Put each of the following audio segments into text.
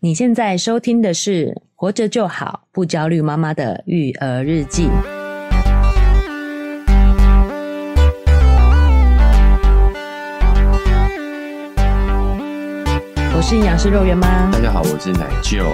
你现在收听的是《活着就好，不焦虑妈妈的育儿日记》。我是营养师肉圆妈，大家好，我是奶舅。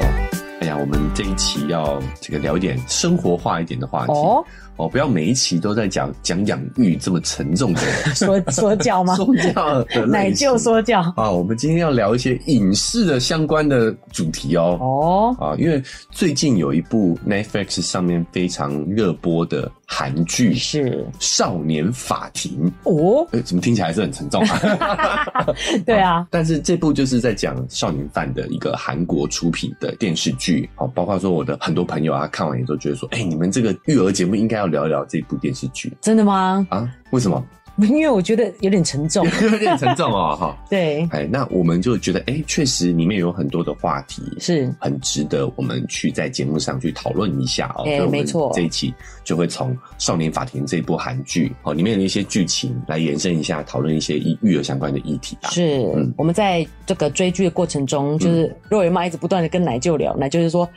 哎呀，我们这一期要这个聊一点生活化一点的话题哦哦，不要每一期都在讲讲养育这么沉重的 说 说教吗？宗教的奶类型舅说教啊。我们今天要聊一些影视的相关的主题哦。哦，啊，因为最近有一部 Netflix 上面非常热播的韩剧《是少年法庭》，哦，呃，怎么听起来还是很沉重啊？对啊，但是这部就是在讲少年犯的一个韩国出品的电视剧，哦，包括说我的很多朋友啊，看完也都觉得说，哎、你们这个育儿节目应该要聊一聊这部电视剧真的吗？啊？为什么？ 因为我觉得有点沉重，有点沉 重哦，哈。对，哎，那我们就觉得，哎、确实里面有很多的话题是很值得我们去在节目上去讨论一下哦。哎所以我们没错这一期就会从《少年法庭》这部韩剧哦里面的一些剧情来延伸一下，讨论一些育育儿相关的议题啊。是、嗯我们在这个追剧的过程中，就是若圆妈一直不断的跟奶舅聊，奶舅就说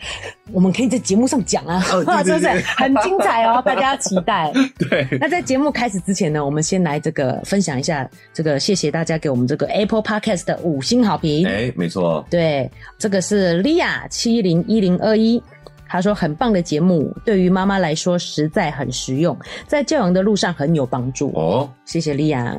我们可以在节目上讲啊，哦对对 是不是对对很精彩哦？ 大家要期 待。 对，那在节目开始之前呢，我们先来这个分享一下这个，谢谢大家给我们这个 Apple Podcast 的五星好评。哎、没错，对，这个是 Lia 七零一零二一，她说很棒的节目，对于妈妈来说实在很实用，在教养的路上很有帮助。哦。谢谢莉亚。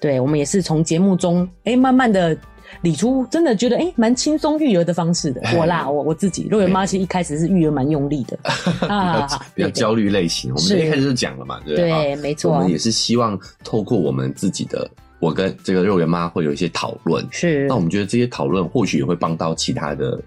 对我们也是从节目中，哎，慢慢的理出，真的觉得哎，蛮轻松育儿的方式的。我啦，我我自己，肉圆妈其实一开始是育儿蛮用力 的啊，比较对焦虑类型。我是们一开始就讲了嘛，对不对？对，啊没我错们，也是希望透过我们自己的，我跟这个肉圆妈会有一些讨论。是那我，们觉得这些讨论或许也会帮到其他的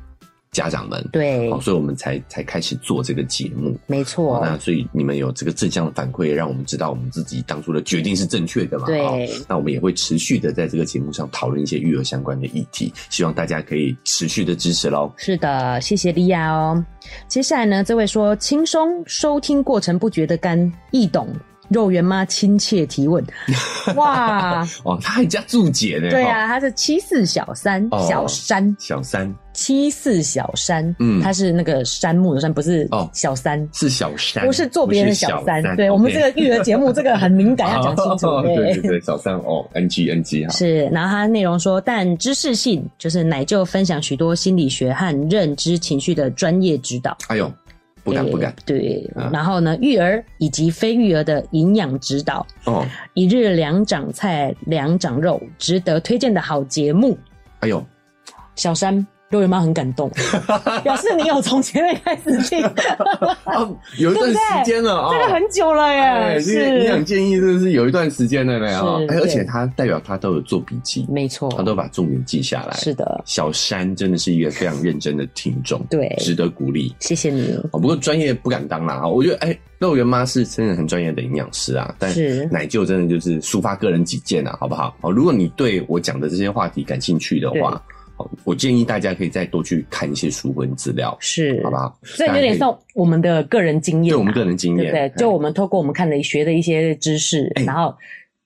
家长们，对好，，所以我们才才开始做这个节目。没错，那所以你们有这个正向的反馈，也让我们知道我们自己当初的决定是正确的嘛？哦对，那我们也会持续的在这个节目上讨论一些育儿相关的议题，希望大家可以持续的支持喽。是的，谢谢莉亚哦。接下来呢，这位说轻松收听过程不觉得干，易懂。肉圆妈亲切提 问，哇，哦，他还加注解呢，对哦，啊，她是七四小三，哦小三，小三七四小山，嗯它是那个山木的山，不是哦小三，是小山，不是做别人的小三。对我们这个育儿节目，这个很敏感，要讲清楚。 哦对对对。对，小三哦，NG NG 哈，是，然后它内容说，但知识性就是奶舅分享许多心理学和认知情绪的专业指导，哎呦，不敢对不敢对，啊然后呢，育儿以及非育儿的营养指导，哦，一日两掌菜，两掌肉，值得推荐的好节目。哎呦，小山肉圆妈很感 动，表示你有从前面开始听。哦，有一段时间了啊，这个哦。很久了耶，哎，这个营养是建议真的是有一段时间了呢啊！哦是哎对而且他代表他都有做笔记，没错，他都把重点记下来。是的，小山真的是一个非常认真的听众，对值得鼓励。谢谢你，哦，不过专业不敢当啦。哦我觉得，哎，肉圆妈是真的很专业的营养师啊，但是奶舅真的就是抒发个人己见啊，好不好？哦，如果你对我讲的这些话题感兴趣的话，哦我建议大家可以再多去看一些书跟资料，是好不，好？所以有点像我们的个人经验对啊，我们个人经对验，不对？哎就我们透过我们看的学的一些知识，哎然后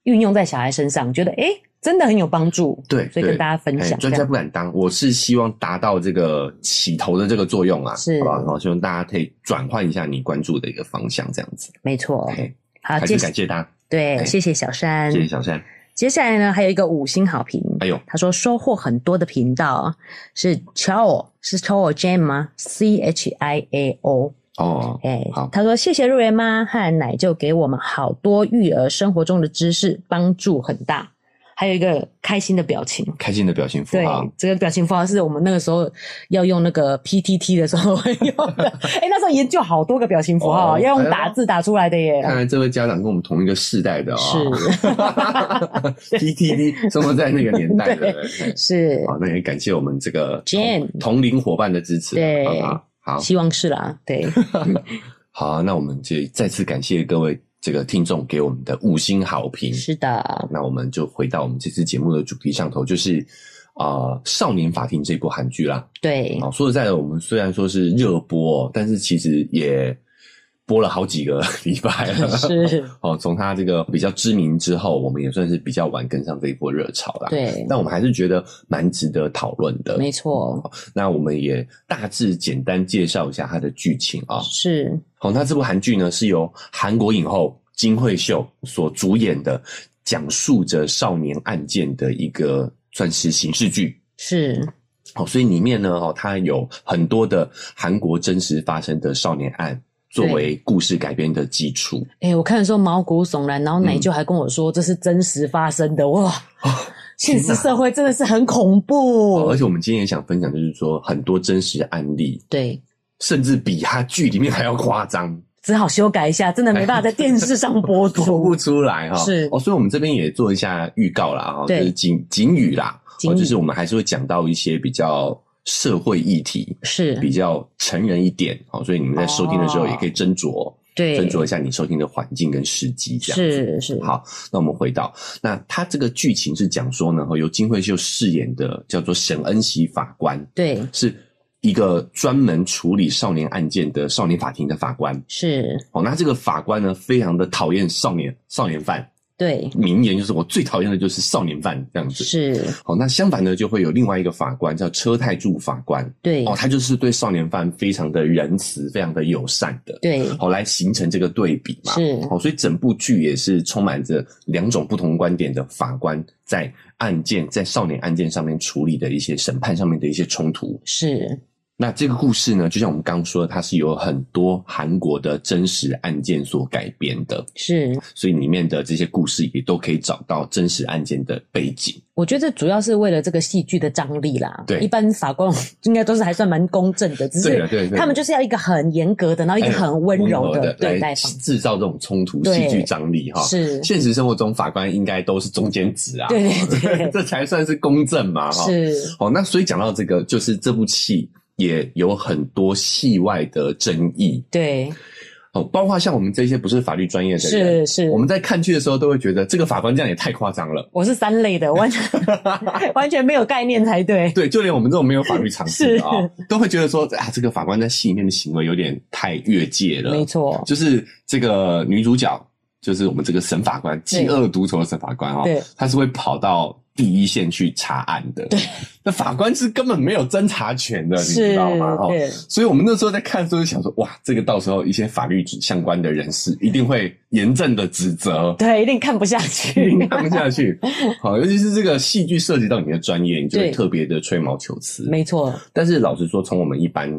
运用在小孩身上，觉得哎，真的很有帮助，对所以跟对大家分哎享，这专家样不敢当，我是希望达到这个起头的这个作用啊，是好不好？然后希望大家可以转换一下你关注的一个方向，这样子。没错。哎，好，啊还接是感谢他，对，哎谢谢小山谢。谢小善。接下来呢，还有一个五星好评，哎呦，他说收获很多的频道是 Chao，是 Chao Jam 吗？C H I A O。哦，哎、好他说：“谢谢瑞圆妈和奶舅给我们好多育儿生活中的知识，帮助很大。”还有一个开心的表情，开心的表情符对号，，这个表情符号是我们那个时候要用那个 PTT 的时候会用 的。哎、那时候研究好多个表情符号啊，哦哎要用打字打出来的耶。看来这位家长跟我们同一个世代的哦， 是 PTD 生活在那个年代的人。哎是，好，那也感谢我们这个 Jane 同同龄伙伴的支持，啊对好不好？好，嗯希望是啦。对，好，那我们就再次感谢各位这个听众给我们的五星好评。是的，那我们就回到我们这次节目的主题上头，就是啊、呃少年法庭》这部韩剧啦。对 啊、，说实在的，我们虽然说是热播哦，但是其实也播了好几个 礼拜了。是，哦，从他这个比较知名之后，我们也算是比较晚跟上这一波热潮啦。对，但我们还是觉得蛮值得讨论的。没错，那我们也大致简单介绍一下它的剧情啊、是好，那这部韩剧呢是由韩国影后金惠秀所主演的，讲述着少年案件的一个算是刑事剧。是，好，所以里面呢，哦，它有很多的韩国真实发生的少年案作为故事改编的基础。哎、我看的时候毛骨悚然，然后奶嗯哦舅还跟我说这是真实发生的，哇， 现天实哪社会真的是很恐哦，怖而。且我们今天也想分享，就是说很多真实案例，对，甚至比它剧里面还要夸张。只好修改一下，真的没办法哎在电视上 播播出。不出来哈、是哦，所以我们这边也做一下预告啦哈，就对是警警语啦，警哦，语就是我们还是会讲到一些比较社会议题，是，比较成人一点哦，所以你们在收听的时候哦也可以斟酌、对斟，酌一下你收听的环境跟时机这样子。是是，好，那我们回到那他这个剧情是讲说呢，哦由金惠秀饰演的叫做沈恩熙法官，对，是一个专门处理少年案件的少年法庭的法官。是，哦，那这个法官呢，非常的讨厌少年少年犯，对，名言就是我最讨厌的哦就是少年犯这样子。是，好，那相反呢，就会有另外一个法官叫车太柱法官，对哦，，他就是对少年犯非常的仁慈，非常的友善的，对，好来形成这个对比嘛。是，哦，所以整部剧也是充满着两种不同观点的法官在案件在少年案件上面处理的一些审判上面的一些冲突。是，那这个故事呢，就像我们刚说的，它是由很多韩国的真实案件所改编的，是。所以里面的这些故事也都可以找到真实案件的背景。我觉得主要是为了这个戏剧的张力啦。对一般法官 应该都是还算蛮公正的，只对啊哎是对对他们就是要一个很严格的，然后一个很温柔的的对来哦待方式。制造这种冲突对戏剧张力哈。是现实生活中法官应该都是中间值啊，对对对 这才算是公正嘛哈。是，哦，那所以讲到这个，就是这部戏也有很多戏外的争议对，哦，包括像我们这些不是法律专业的人，是是我们在看剧的时候都会觉得这个法官这样也太夸张了。我是三类的，完 全完全没有概念才对。对，就连我们这种没有法律常识的啊、是 都会觉得说啊，这个法官在戏里面的行为有点太越界了。没错，就是这个女主角，就是我们这个沈法官，对嫉恶独仇的沈法官哦对，她是会跑到第一线去查案的。对，那法官是根本没有侦查权的，你知是道吗？哦，对所以我们那时候在看的时候就想说，哇，这个到时候一些法律相关的人士一定会严正的指责。对，一定看不下一定去。看不下去，好，尤其是这个戏剧涉及到你的专业，你就会对特别的吹毛求疵。 没错，但是老实说，从我们一般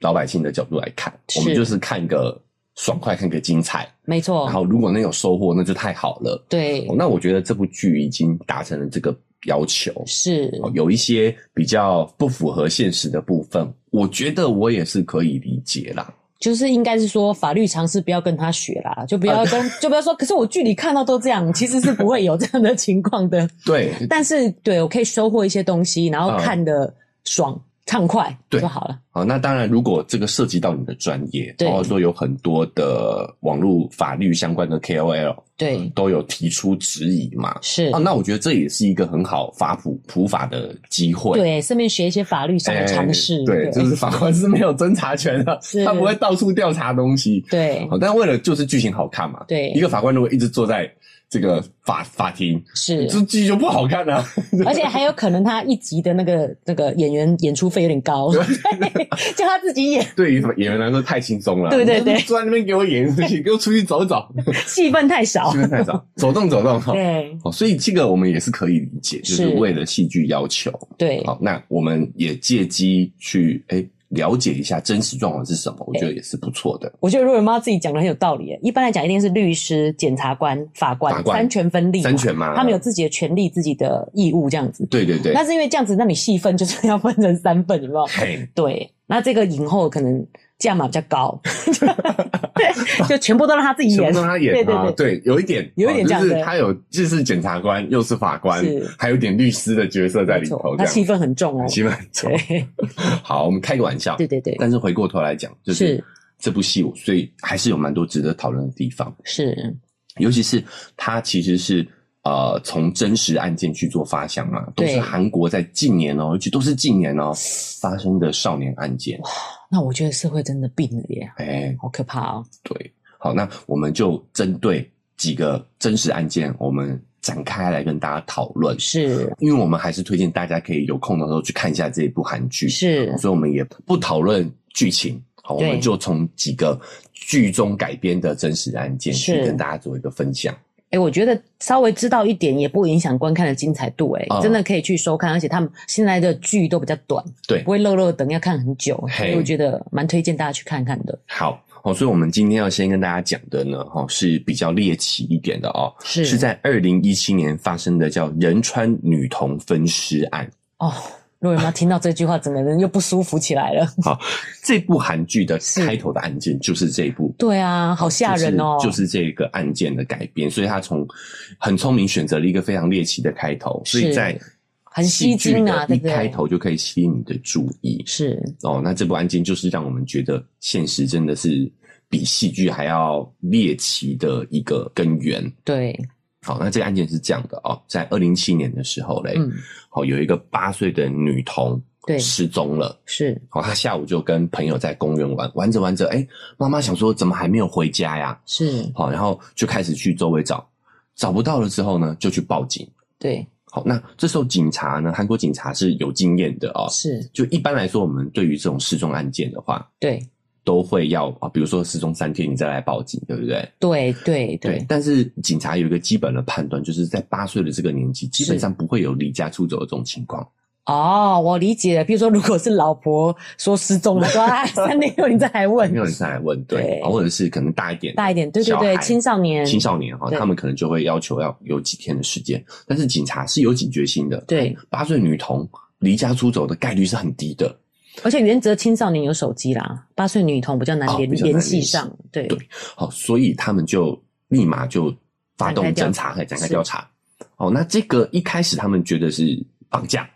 老百姓的角度来看，我们是哦就是看个爽快，看个精彩。没错然，后如果能有收获，那就太好了。对哦，那我觉得这部剧已经达成了这个要求。是，哦有一些比较不符合现实的部分，我觉得我也是可以理解啦。就是应该是说法律常识不要跟他学啦，就不啊要跟、就不要说，可是我剧里看到都这样，其实是不会有这样的情况 的。对但是对我可以收获一些东西，然后嗯看的爽、畅快对就好了。好，那当然，如果这个涉及到你的专业，对包括说有很多的网络法律相关的 KOL 对，嗯都有提出质疑嘛。是哦，，那我觉得这也是一个很好法普普法的机会。对，顺便学一些法律上的常识。哎对，就是法官是没有侦查权的是，他不会到处调查东西。对好，但为了就是剧情好看嘛，对一个法官如果一直坐在这个法法庭，是，这剧就不好看了、 啊。而且还有可能他一集的那个那个演员演出费有点高，对叫他自己演，对于演员来说太轻松了，对对对你就坐在那边给我演 东西，给我出去走走，戏份太少这。边太少，走动走动哈。对好，所以这个我们也是可以理解，就是是为了戏剧要求。对，好，那我们也借机去哎、了解一下真实状况是什么，我觉得也是不错的。我觉得若瑞妈自己讲的很有道理耶。一般来讲，一定是律师、检察官、法官法官三权分立嘛，三权嘛，他们有自己的权利、自己的义务这样子。对对对，但是因为这样子，那你戏份就是要分成三份，有没有？嘿，对，那这个影后可能价码比较高， 就全部都让他自己全演，部让他演对对啊，对，对，有一点，有一点哦这样就是对他有既是检察官又是法官是，还有点律师的角色在没里错头，他这戏样。份很重哦。气氛很重。对 好，我们开个玩笑。对对对，但是回过头来讲，就是是这部戏，我所以还是有蛮多值得讨论的地方，是尤其是它其实是。呃，从真实案件去做发想嘛，都是对韩国在近年哦，尤其都是近年哦发生的少年案件。那我觉得社会真的病了耶，哎、好可怕哦。对，好，那我们就针对几个真实案件，我们展开来跟大家讨论。是因为我们还是推荐大家可以有空的时候去看一下这一部韩剧，是所以我们也不讨论剧情，好，我对们就从几个剧中改编的真实案件去是跟大家做一个分享。哎、我觉得稍微知道一点也不影响观看的精彩度、哎、嗯真的可以去收看，而且他们现在的剧都比较短，对不会漏漏等要看很久，所嘿以我觉得蛮推荐大家去看看的。好，哦，所以我们今天要先跟大家讲的呢，哈、是比较猎奇一点的哦，是是在二零一七年发生的叫仁川女童分尸案。哦，若圆妈听到这句话，整个人又不舒服起来了。 这部韩剧的是开头的案件就是这一部。对啊，好吓人哦。就是，就是这个案件的改编，所以他从很聪明选择了一个非常猎奇的开头，所以是在很吸睛啊戏剧的对不对一开头就可以吸引你的注意是哦。那这部案件就是让我们觉得现实真的是比戏剧还要猎奇的一个根源。对，好，那这个案件是这样的哦，在二零七年的时候嘞，嗯，好、有一个八岁的女童对失踪了。是好，她下午就跟朋友在公园玩，玩着玩着，哎、妈妈想说怎么还没有回家呀？是，好，然后就开始去周围找，找不到了之后呢，就去报警。对，好，那这时候警察呢，韩国警察是有经验的哦。是，就一般来说，我们对于这种失踪案件的话，对，都会要啊，比如说失踪三天，你再来报警，对不对？对，对，对，但是警察有一个基本的判断，就是在八岁的这个年纪，基本上不会有离家出走的这种情况。哦，我理解了。比如说，如果是老婆说失 踪了，说哎，三年后你再来问没，有人上来问，对，对啊或者是可能大一点的，大一点，对对小对，孩青少年，青少年哈，对他们可能就会要求要有几天的时间，但是警察是有警觉心的，对，八岁女童离家出走的概率是很低的，而且原则青少年有手机啦，八岁女童比较难哦联比较难联系联系上，对对好，所以他们就立马就发动展开调侦查查，哎展开是调查。哦，那这个一开始他们觉得是绑架，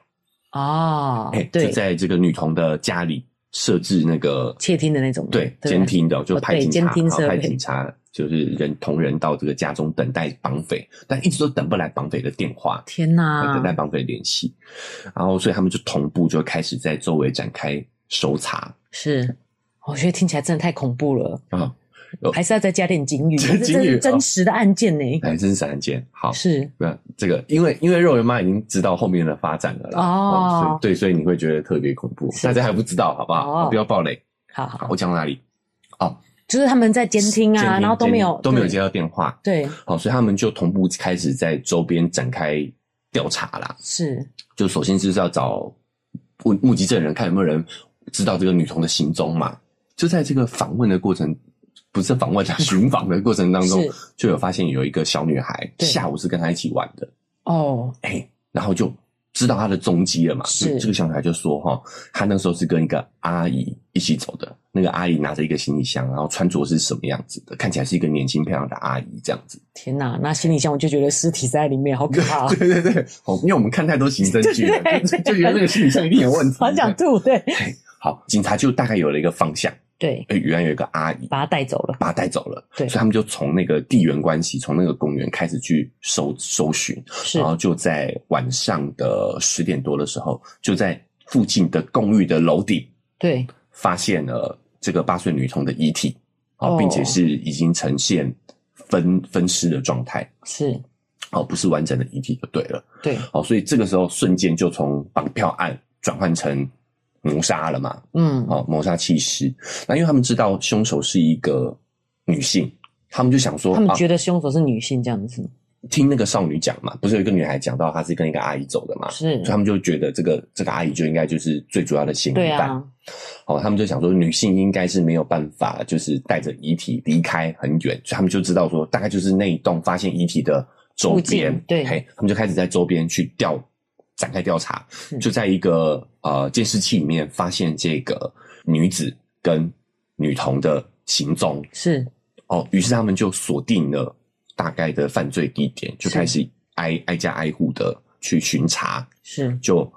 哦哎、，就对，在这个女童的家里设置那个窃听的那种对，对哦监听的，就派对警察，监听然后设派备警察就是人同人到这个家中等待绑匪，但一直都等不来绑匪的电话，天等待哪，绑匪的联系，然后所以他们就同步就开始在周围展开搜查是，我觉得听起来真的太恐怖了，啊，还是要再加点警语，加这 警语这是哦真实的案件呢，哎，真是案件好。是那这个，因为因为肉圆妈已经知道后面的发展了啦，哦所以对，所以你会觉得特别恐怖。是大家还不知道，好不好？哦不要暴雷。好好好，好，我讲到哪里？哦，就是他们在监听监啊，然后都没有监听都没有对接到电话，对，好，所以他们就同步开始在周边展开调查啦。是就首先就是要找目目击证人，看有没有人知道这个女童的行踪嘛。就在这个访问的过程，不是访问啊， 寻访的过程当中是，就有发现有一个小女孩对下午是跟她一起玩的，哦，哎、然后就知道她的踪迹了嘛。是所以这个小女孩就说哈，她那时候是跟一个阿姨一起走的，那个阿姨拿着一个行李箱，然后穿着是什么样子的，看起来是一个年轻漂亮的阿姨这样子。 ，天哪，那行李箱我就觉得尸体在里面，好可怕对对对，哦，因为我们看太多刑侦剧了，对就就觉得那个行李箱一定有问题。好想吐，对好，警察就大概有了一个方向，对，哎，原来有一个阿姨把他带走了，把她带走了，对所以他们就从那个地缘关系，从那个公园开始去搜搜寻，是然后就在晚上的十点多的时候，就在附近的公寓的楼顶对，发现了这个八岁女童的遗体，哦哦，并且是已经呈现分分尸的状态，是，哦，不是完整的遗体就对了。对，哦，所以这个时候瞬间就从绑票案转换成谋杀了嘛，嗯，哦，谋杀弃尸。那因为他们知道凶手是一个女性，他们就想说他们啊，觉得凶手是女性这样子，听那个少女讲嘛，不是有一个女孩讲到她是跟一个阿姨走的嘛，啊所是以，他们就觉得这个这个阿姨就应该就是最主要的嫌疑对犯。啊，哦，他们就想说女性应该是没有办法就是带着遗体离开很远，所以他们就知道说大概就是那一栋发现遗体的周附边近，对嘿，他们就开始在周边去调展开调查，嗯就在一个呃监视器里面发现这个女子跟女童的行踪是哦，于是他们就锁定了大概的犯罪地点，就是开始挨挨家挨户的去巡查，是就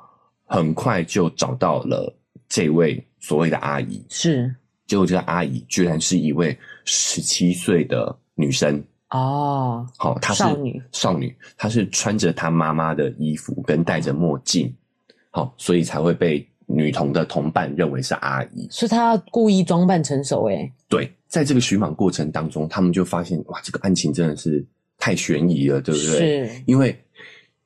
很快就找到了这位所谓的阿姨。是，结果这个阿姨居然是一位十七岁的女生，哦，好、她是少女，少女，她是穿着她妈妈的衣服跟戴着墨镜，好、所以才会被女童的同伴认为是阿姨。所以他要故意装扮成熟、欸，对，在这个寻访过程当中，他们就发现哇，这个案情真的是太悬疑了，对不对？是，因为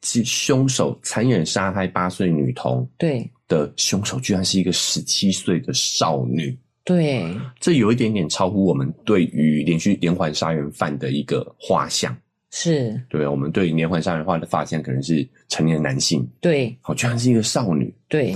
其凶手残忍杀害八岁女童对的凶手，居然是一个十七岁的少女。对，这有一点点超乎我们对于连续连环杀人犯的一个画像，是，对我们对于连环杀人犯的画像可能是成年男性，对好，居然是一个少女。对，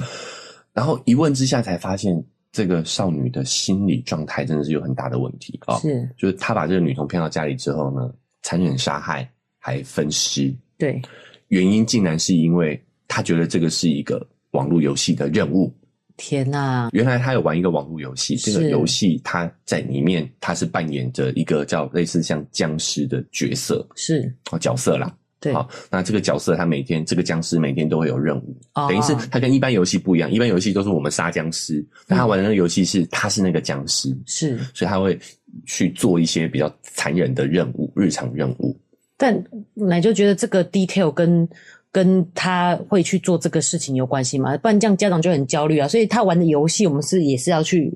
然后一问之下才发现，这个少女的心理状态真的是有很大的问题啊、哦是，就是他把这个女童骗到家里之后呢，残忍杀害还分尸，对，原因竟然是因为他觉得这个是一个网络游戏的任务。天哪、原来他有玩一个网络游戏，这个是游戏他在里面他是扮演着一个叫类似像僵尸的角色是，哦角色啦。对，好，那这个角色他每天这个僵尸每天都会有任务，哦等于是他跟一般游戏不一样，一般游戏都是我们杀僵尸，嗯但他玩的那个游戏是他是那个僵尸，是，所以他会去做一些比较残忍的任务，日常任务。但奶就觉得这个 detail 跟跟他会去做这个事情有关系吗？不然这样家长就很焦虑啊。所以他玩的游戏，我们是也是要去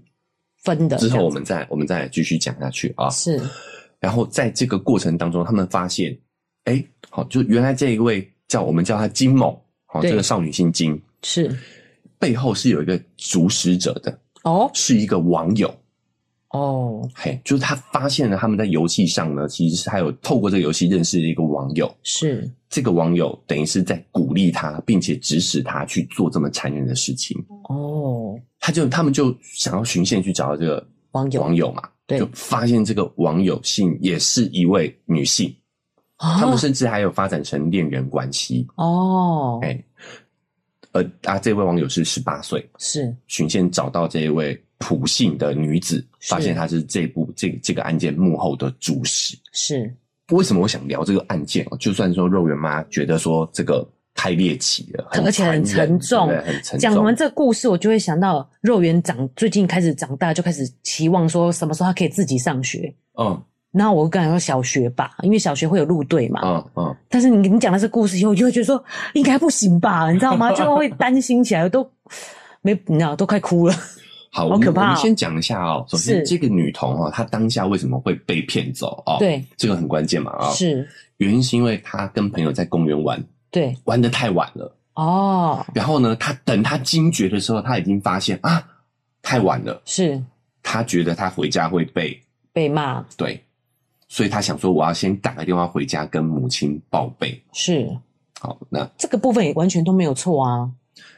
分的。之后我这们再我们再继续讲下去啊。样子然后在这个过程当中，他们发现，哎，好，就原来这一位叫我们叫她金某，好，对这个少女姓金，是是背后是有一个主使者的，哦是一个网友。哦嘿，就是他发现了他们在游戏上呢，其实是他有透过这个游戏认识了一个网友，是这个网友等于是在鼓励他，并且指使他去做这么残忍的事情。哦他就他们就想要循线去找到这个网友网友嘛，对就发现这个网友姓也是一位女性，啊他们甚至还有发展成恋人关系。哦哎、呃啊，这位网友是十八岁，是巡线找到这一位普姓的女子，是发现她是这部这这个案件幕后的主使。是为什么我想聊这个案件哦？就算说肉圆妈觉得说这个太猎奇了，而且很残忍沉重对不对很沉重。讲完这个故事，我就会想到肉圆长最近开始长大，就开始期望说什么时候他可以自己上学。嗯然后我就跟他说小学吧，因为小学会有入队嘛。嗯嗯，但是你你讲的是故事以后，我就会觉得说应该不行吧，你知道吗？就会担心起来，我都没你知道都快 哭了。好，好我们可怕哦我们先讲一下哦。首先，是这个女童哦，她当下为什么会被骗走哦？，对，这个很关键嘛啊、哦。是，原因是因为她跟朋友在公园玩，对，玩的太晚了。哦，然后呢，她等她惊觉的时候，她已经发现啊，太晚了。是她觉得她回家会被被骂，对，所以她想说，我要先打个电话回家跟母亲报备。是好，那这个部分也完全都没有错啊。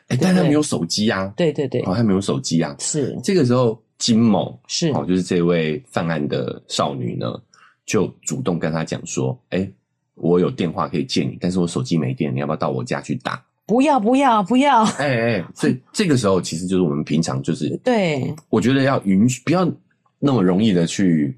哎、对但她对没有手机啊，对对对，哦，她没有手机啊。是这个时候，金某是哦，就是这位犯案的少女呢，就主动跟他讲说：“哎、我有电话可以借你，但是我手机没电，你要不要到我家去打不要不要不要，？”哎、哎、所以这个时候其实就是我们平常就是，对，我觉得要允许，不要那么容易的去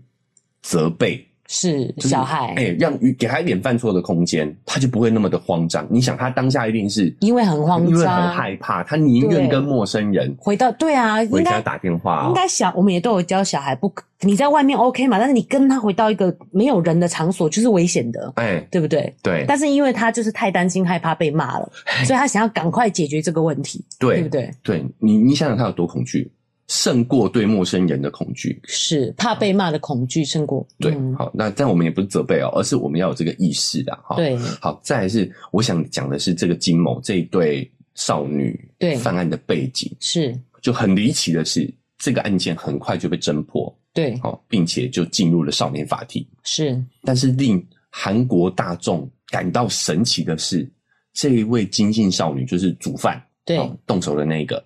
责备。是就是小孩，哎、让给他一点犯错的空间，他就不会那么的慌张。你想，他当下一定是因为很慌因为很张害怕，他宁对愿跟陌生人回到对啊，应回该家打电话、应该小，我们也都有教小孩不可，你在外面 OK 嘛，但是你跟他回到一个没有人的场所就是危险的，哎、对不对？对但是因为他就是太担心害怕被骂了，所以他想要赶快解决这个问题，对不对？对你，你想想他有多恐惧，胜过对陌生人的恐惧。是怕被骂的恐惧胜过对，嗯好，那但我们也不是责备哦，而是我们要有这个意识的哈。，对好，再来是我想讲的是这个金某这一对少女对犯案的背景，是，就很离奇的是，这个案件很快就被侦破，对哦，并且就进入了少年法庭。是但是令韩国大众感到神奇的是，这一位金姓少女就是主犯，对哦动手的那一个，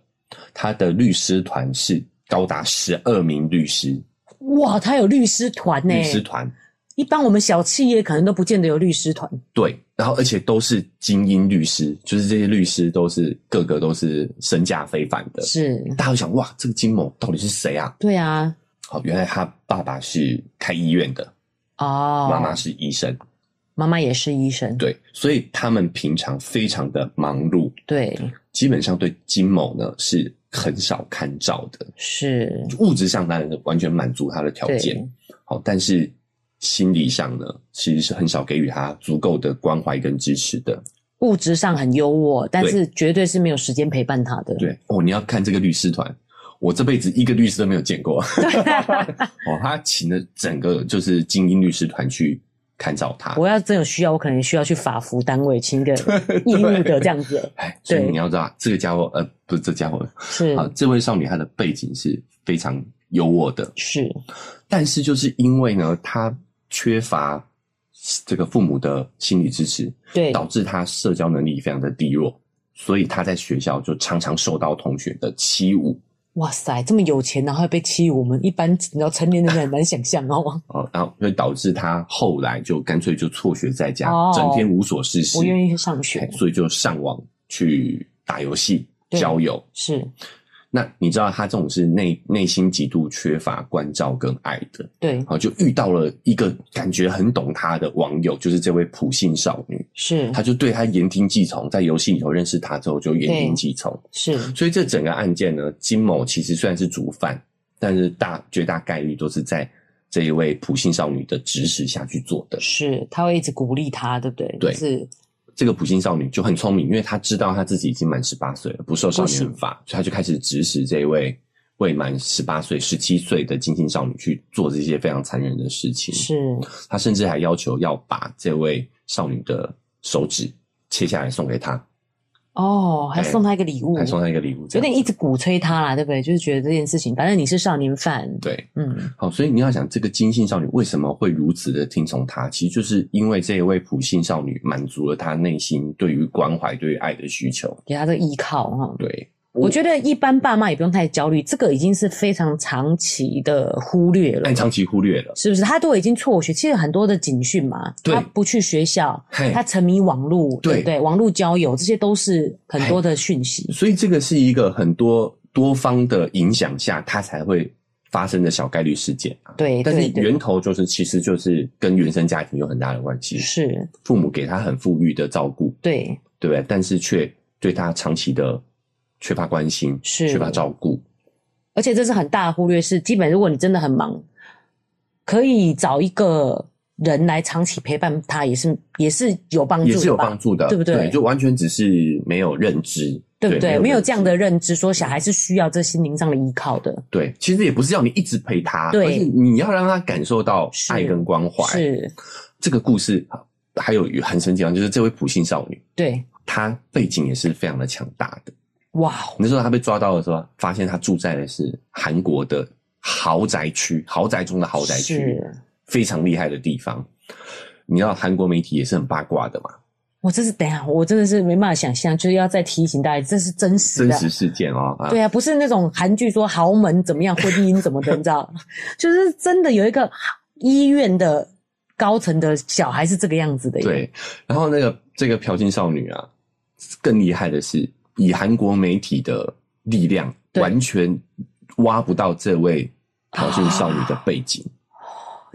他的律师团是高达十二名律师，哇，他有律师团呢、律师团一般我们小企业可能都不见得有律师团，对，然后而且都是精英律师，就是这些律师都是个个都是身价非凡的。是大家会想，哇，这个金某到底是谁啊？对啊，好，原来他爸爸是开医院的，哦，妈妈是医生，妈妈也是医生，对，所以他们平常非常的忙碌，对基本上对金某呢是很少看照的，是，物质上当然是完全满足他的条件对，好，但是心理上呢，其实是很少给予他足够的关怀跟支持的。物质上很优渥，但是绝对是没有时间陪伴他的。对哦，你要看这个律师团，我这辈子一个律师都没有 见过。哦，他请了整个就是精英律师团去看照他。我要真有需要，我可能需要去法服单位请 一个义务的这样子。哎，所以对你要知道，这个家伙呃，不是这家伙，是啊，这位少女她的背景是非常优渥的，是，但是就是因为呢，她缺乏这个父母的心理支持，对，导致她社交能力非常的低弱，所以她在学校就常常受到同学的欺侮。哇塞，这么有钱，然后还被欺负，我们一般你知道成年人很难想象 哦。哦，然后所以导致她后来就干脆就辍学在家，哦整天无所事事我，愿意上学哎，所以就上网去打游戏、对交友。是那你知道她这种是内内心极度缺乏关照跟爱的，对，好就遇到了一个感觉很懂她的网友，就是这位普信少女，是她就对她言听计从，在游戏里头认识她之后就言听计从，是所以这整个案件呢，金某其实虽然是主犯，但是大绝大概率都是在这一位普信少女的指使下去做的。是，他会一直鼓励他，对不对？对嗯是这个普信少女就很聪明，因为她知道她自己已经满十八岁了，不受少年不行法，所以她就开始指使这一位未满十八岁、十七岁的金星少女去做这些非常残忍的事情。是她甚至还要求要把这位少女的手指切下来送给她，哦，还哎送他一个礼物，还送她一个礼物这有样。点一直鼓吹他啦，对不对？就是觉得这件事情，反正你是少年犯，对，嗯，好，所以你要想，这个金姓少女为什么会如此的听从她，其实就是因为这一位普信少女满足了她内心对于关怀、对于爱的需求。给他这个依靠哈。对，我觉得一般爸妈也不用太焦虑，这个已经是非常长期的忽略了但，长期忽略了。是不是？他都已经辍学，其实很多的警讯嘛，对他不去学校，嘿他沉迷网络，对对不对？网络交友这些都是很多的讯息，所以这个是一个很多多方的影响下，它才会发生的小概率事件啊。对但是对对，源头就是，其实就是跟原生家庭有很大的关系，是，父母给他很富裕的照顾，对，对不对？但是却对他长期的缺乏关心，是缺乏照顾，而且这是很大的忽略，是基本如果你真的很忙，可以找一个人来长期陪伴他，也是也是有帮助的也吧，是有帮助的，对不对就完全只是没有认知，对不对？没有认知这样的认知，说小孩是需要这心灵上的依靠的，对。其实也不是要你一直陪他，对而是你要让他感受到是爱跟关怀。是，这个故事呃还有很神奇的地方，就是这位普信少女。对，她背景也是非常的强大的。哇，那时候她被抓到的时候，发现她住在的是韩国的豪宅区，豪宅中的豪宅区，是，非常厉害的地方。你知道韩国媒体也是很八卦的嘛，我这是等一下，我真的是没办法想象，就是要再提醒大家，这是真实真的。实事件哦啊，对啊，不是那种韩剧说豪门怎么样，婚姻怎么的，你知道？ 就是真的有一个医院的高层的小孩是这个样子的耶。对。然后那个这个朴信少女啊，更厉害的是以韩国媒体的力量，对完全挖不到这位朴信少女的背啊景。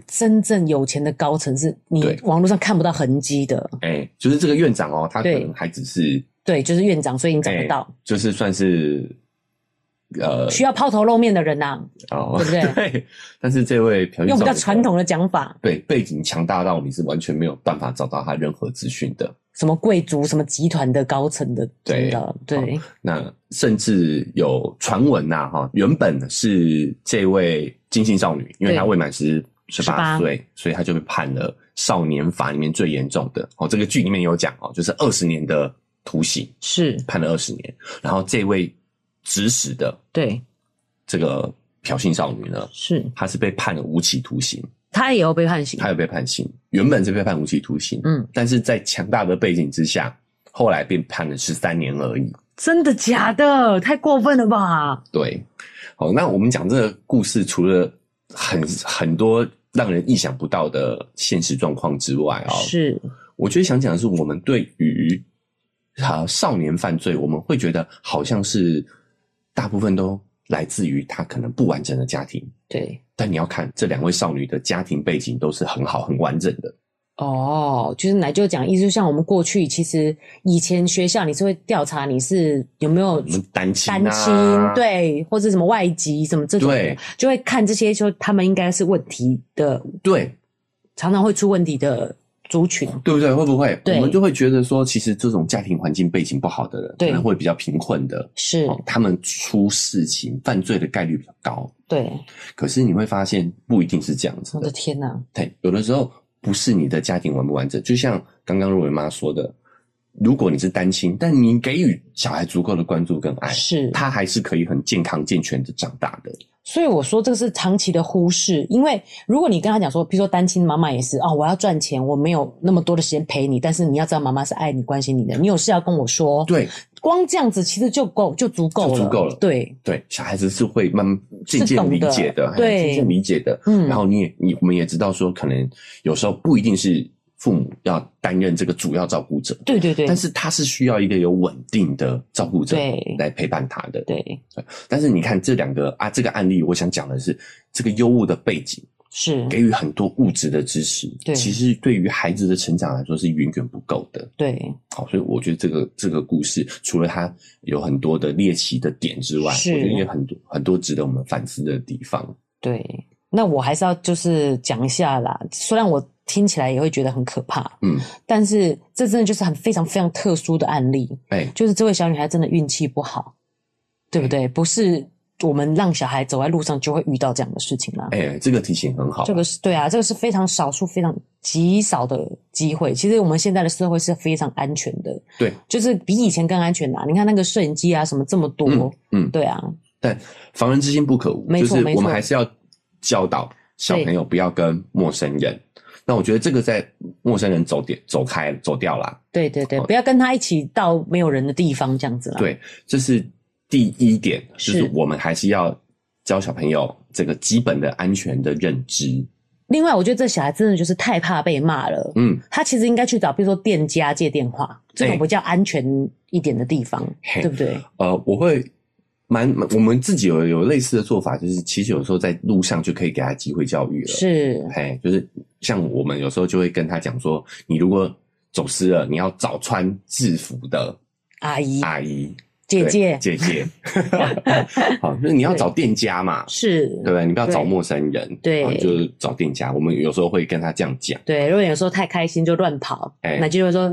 真正有钱的高层是你对网络上看不到痕迹的，哎、就是这个院长哦，他可对能还只是。对，就是院长，所以你找哎不到，就是算是呃需要抛头露面的人呐、哦， 对不对 但是这位朴信用比少较女传统的讲法，对背景强大到你是完全没有办法找到他任何资讯的。什么贵族、什么集团的高层的，对哦真的对，那甚至有传闻呐，哈，原本是这位金姓少女，因为对她未满十十八18岁，所以她就被判了少年法里面最严重的哦。这个剧里面有讲哦，就是二十年的徒刑，是，判了二十年。然后这位指使的对，这个朴姓少女呢，是，她是被判了无期徒刑，他也要被判刑她，有被判刑，原本是被判无期徒刑，嗯，但是在强大的背景之下，后来被判了十三年而已。真的假的？太过分了吧？对，好，那我们讲这个故事，除了很很多让人意想不到的现实状况之外哦，是，我觉得想讲的是，我们对于啊少年犯罪，我们会觉得好像是大部分都来自于他可能不完整的家庭，对，但你要看这两位少女的家庭背景都是很好、很完整的。哦，就是奶就讲，意思就像我们过去其实以前学校你是会调查你是有没有什么单亲、啊、单亲，，对，或者什么外籍什么这种对的，就会看这些，就他们应该是问题的，对常常会出问题的族群。对不对？会不会对我们就会觉得说，其实这种家庭环境背景不好的人，可对能会比较贫困的，是哦他们出事情、犯罪的概率比较高。对，可是你会发现，不一定是这样子我的的。天哪、对，有的时候不是你的家庭完不完整，就像刚刚若维妈说的，如果你是单亲，但你给予小孩足够的关注跟爱，是。哎他还是可以很健康健全的长大的。所以我说这个是长期的忽视，因为如果你跟他讲说，比如说单亲妈妈也是哦，我要赚钱，我没有那么多的时间陪你，但是你要知道妈妈是爱你、关心你的，你有事要跟我说。，对光这样子其实就够，就足够了，就足够了对，对，小孩子是会慢慢渐渐理解是的，懂的对渐渐理解的。嗯然后你也你我们也知道说，可能有时候不一定是父母要担任这个主要照顾者，对对对但，是他是需要一个有稳定的照顾者对来陪伴他的。对，但是你看这两个啊，这个案例，我想讲的是这个优渥的背景是，给予很多物质的支持，对其实对于孩子的成长来说是远远不够的。对，好，所以我觉得这个这个故事，除了它有很多的猎奇的点之外，我是觉得也有很多很多值得我们反思的地方。对。那我还是要就是讲一下啦，虽然我听起来也会觉得很可怕，嗯，但是这真的就是很非常非常特殊的案例。哎、就是这位小女孩真的运气不好，对不对？不是我们让小孩走在路上就会遇到这样的事情啦。哎、这个提醒很好，这个是对啊，这个是非常少数、非常极少的机会。其实我们现在的社会是非常安全的，对，就是比以前更安全啦、你看那个摄影机啊，什么这么多，嗯嗯，对啊，但防人之心不可无，没就错是没我们错还是要教导小朋友不要跟陌生人。那我觉得这个在陌生人走点走开走掉啦，对对对，哦不要跟他一起到没有人的地方这样子啦。，对，这是第一点，就是是我们还是要教小朋友这个基本的安全的认知。另外我觉得这小孩真的就是太怕被骂了。嗯，他其实应该去找，比如说店家借电话，这哎种比较安全一点的地方，嘿对不对？呃，我会蛮蛮我们自己有有类似的做法，就是其实有时候在路上就可以给他机会教育了。，是，嘿，就是像我们有时候就会跟他讲说，你如果走失了，你要找穿制服的阿姨、阿姨、姐姐 对姐姐。 好，就是你要找店家嘛，是，对不对？你不要找对陌生人，对啊就是找店家。我们有时候会跟他这样讲。对。如果有时候太开心就乱跑，哎奶就会说：“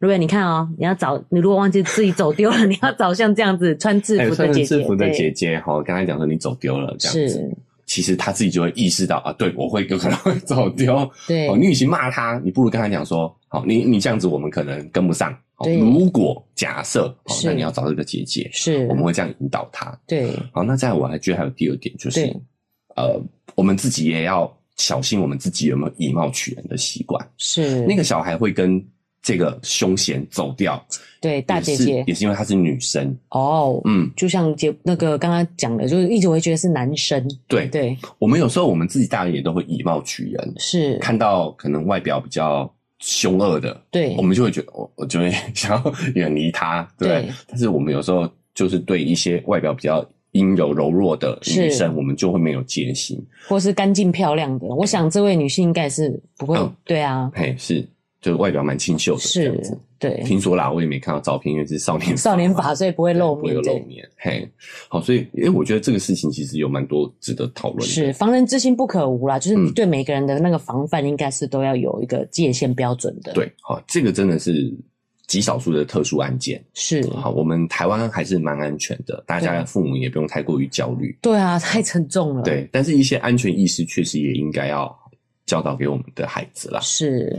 如果你看哦，你要找你如果忘记自己走丢了， 你要找像这样子穿制哎，服穿的着姐姐，制服的对姐姐，哈，刚才讲说你走丢了这样子，是，其实他自己就会意识到啊，对我会有可能会走丢。对哦，你与其骂他，你不如跟他讲说，好，你你这样子我们可能跟不上。哦、对如果假设，哦，是那你要找这个姐姐，是我，们会这样引导他。对好，那再来我还觉得还有第二点就是对，呃，我们自己也要小心我们自己有没有以貌取人的习惯。是那个小孩会跟这个凶嫌走掉，对大姐姐也是也是因为她是女生，哦。嗯，就像姐那个刚刚讲的，就是一直会觉得是男生，对对，我们有时候我们自己大人也都会以貌取人，是，看到可能外表比较凶恶的，对我，们就会觉得我我就会想要远离他，对不对对但是我们有时候就是对一些外表比较阴柔柔弱的女是生，我们就会没有戒心。或是干净漂亮的。我想这位女性应该是不会嗯，对啊，嘿，是，就是外表蛮清秀的，这样是子。，对，听说啦，我也没看到照片，因为是少 年少年法，所以不会对露不会有面，露对。面。嘿，好，所以诶、我觉得这个事情其实有蛮多值得讨论的。是防人之心不可无啦，就是嗯你对每个人的那个防范，应该是都要有一个界限标准的。，对，好，这个真的是极少数的特殊案件。是，好，我们台湾还是蛮安全的，大家对父母也不用太过于焦虑。对啊，太沉重了。，对，但是一些安全意识确实也应该要教导给我们的孩子啦。是。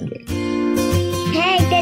嗨，大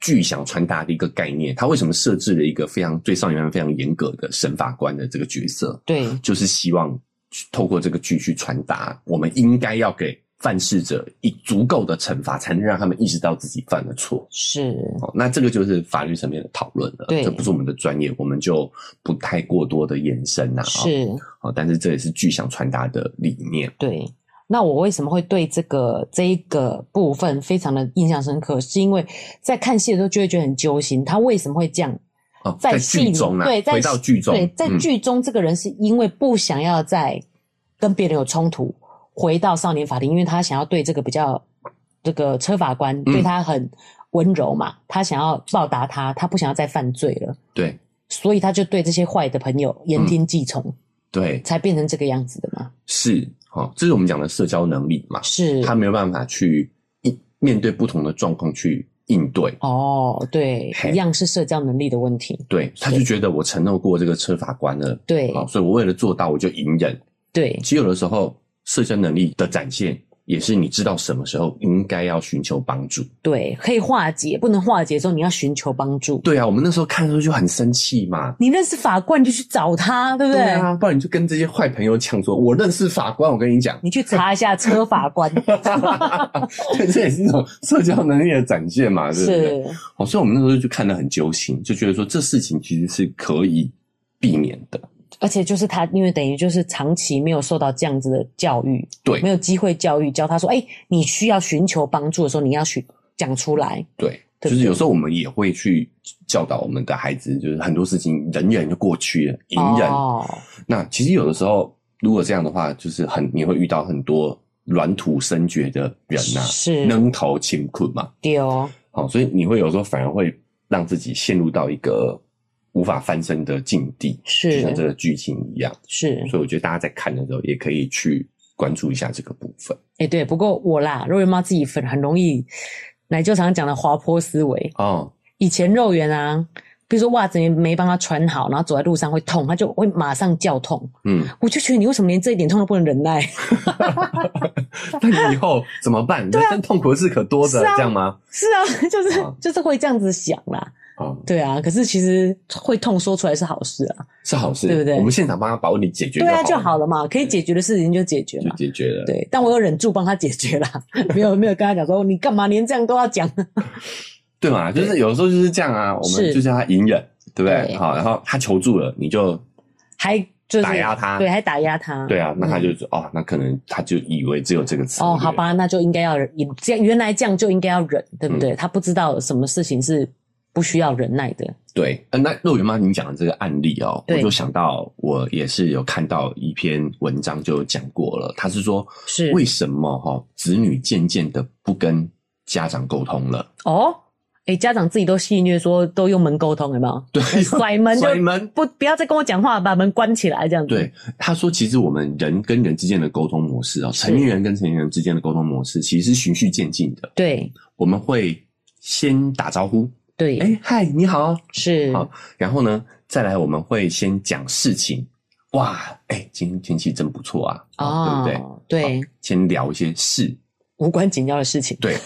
剧想传达的一个概念。他为什么设置了一个非常对少年犯非常严格的审法官的这个角色，对就是希望去透过这个剧去传达，我们应该要给犯事者以足够的惩罚，才能让他们意识到自己犯了错。是哦，那这个就是法律层面的讨论了，对这不是我们的专业，我们就不太过多的延伸啦、啊。是哦，但是这也是剧想传达的理念。对，那我为什么会对这个这一个部分非常的印象深刻？是因为在看戏的时候就会觉得很揪心，他为什么会这样？哦，在戏剧里中啊，对，在回到剧中，对，在嗯剧中这个人是因为不想要再跟别人有冲突，回到少年法庭，因为他想要对这个比较这个车法官、嗯对他很温柔嘛，他想要报答他，他不想要再犯罪了，对所以他就对这些坏的朋嗯友言听计从，对才变成这个样子的嘛。是，哦，这是我们讲的社交能力嘛，是，他没有办法去应面对不同的状况去应对，哦，对嘿，一样是社交能力的问题。对，他就觉得我承诺过这个车法官了，嗯对好，所以我为了做到我就隐忍。对其实有的时候社交能力的展现也是你知道什么时候应该要寻求帮助。对，可以化解，不能化解的时候，你要寻求帮助。对啊，我们那时候看的时候就很生气嘛。你认识法官，你就去找他，对不对？啊，不然你就跟这些坏朋友抢说，我认识法官，我跟 你讲，你去查一下车法 官，对，这也是一种社交能力的展现嘛，对不对？是哦，所以我们那时候就看得很揪心，就觉得说这事情其实是可以避免的。而且就是他，因为等于就是长期没有受到这样子的教育，对没有机会教育教他说，哎、你需要寻求帮助的时候，你要去讲出来，对，对就是有时候我们也会去教导我们的孩子，就是很多事情忍忍就过去了，隐忍。哦，那其实有的时候，如果这样的话，就是很你会遇到很多软土生绝的人呐、是扔头轻困嘛。丢，好，所以你会有时候反而会让自己陷入到一个无法翻身的境地，就是像这个剧情一样。是，所以我觉得大家在看的时候，也可以去关注一下这个部分哎、对，不过我啦，肉圆妈自己很很容易，奶就常讲的滑坡思维，哦。以前肉圆啊，比如说袜子没没帮他穿好，然后走在路上会痛，他就会马上叫痛， 嗯，我就觉得你为什么连这一点痛都不能忍耐？那你以后怎么办？人生痛苦的事可多着，啊是啊这样吗？是啊， 就是、啊就是会这样子想啦，哦，对啊，可是其实会痛说出来是好事啊，是好事，对不对我们现场帮他把问题解决对啊就好好了嘛，可以解决的事情就解决就嘛。解决了。，对，但我有忍住帮他解决啦， 没有没有跟他讲说你干嘛连这样都要讲， 对嘛，就是有时候就是这样啊，我们是就叫他隐忍，对不对？对嗯好，然后他求助了，你就还就是打压他对，还打压他，对啊，那他嗯就哦，那可能他就以为只有这个词哦，好，吧，那就应该要忍，这样原来这样就应该要忍，对不对？嗯他不知道什么事情是不需要忍耐的。对，呃那肉圆妈，你讲的这个案例哦，我对就想到我也是有看到一篇文章就有讲过了，他是说是为什么哈、子女渐渐的不跟家长沟通了，哦，哎，家长自己都戏谑说都用门沟通，有没 有？对， 甩门就 甩门。不不要再跟我讲话，把门关起来这样子。对，他说，其实我们人跟人之间的沟通模式哦，嗯是成年人跟成年人之间的沟通模式其实是循序渐进的。对我们会先打招呼，对，哎、嗨，你好，是好，然后呢，再来我们会先讲事情，哇，哎、今天天气真不错啊，哦，对不对？对？好先聊一些事，无关紧要的事情。 对，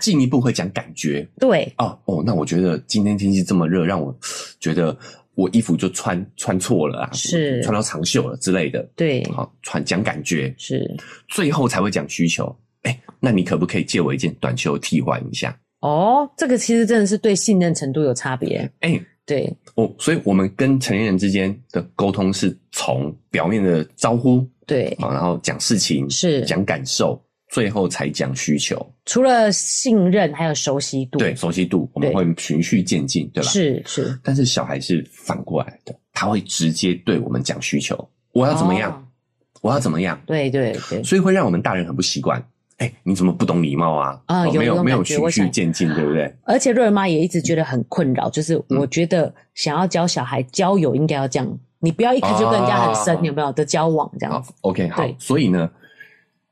进一步会讲感觉对哦哦，那我觉得今天天气这么热，让我觉得我衣服就穿穿错了啊，是穿到长袖了之类的。对好，穿讲感觉，是最后才会讲需求。哎，那你可不可以借我一件短袖替换一下？哦，这个其实真的是对信任程度有差别。哎，对我所以我们跟成年人之间的沟通是从表面的招呼，哦对，好，然后讲事情，是讲感受，最后才讲需求。除了信任，还有熟悉度。对，熟悉度我们对会循序渐进，对吧？。是是，但是小孩是反过来的，他会直接对我们讲需求，我要怎么样，哦我要怎么样，对对对，所以会让我们大人很不习惯。哎、你怎么不懂礼貌啊？啊哦有没有有没有感觉循我序想渐进，对不对？而且瑞儿妈也一直觉得很困扰，就是嗯我觉得想要教小孩交友应该要这样，你不要一开始就跟人家很深，啊有没有的交往这样好子？ ，OK，好对。所以呢，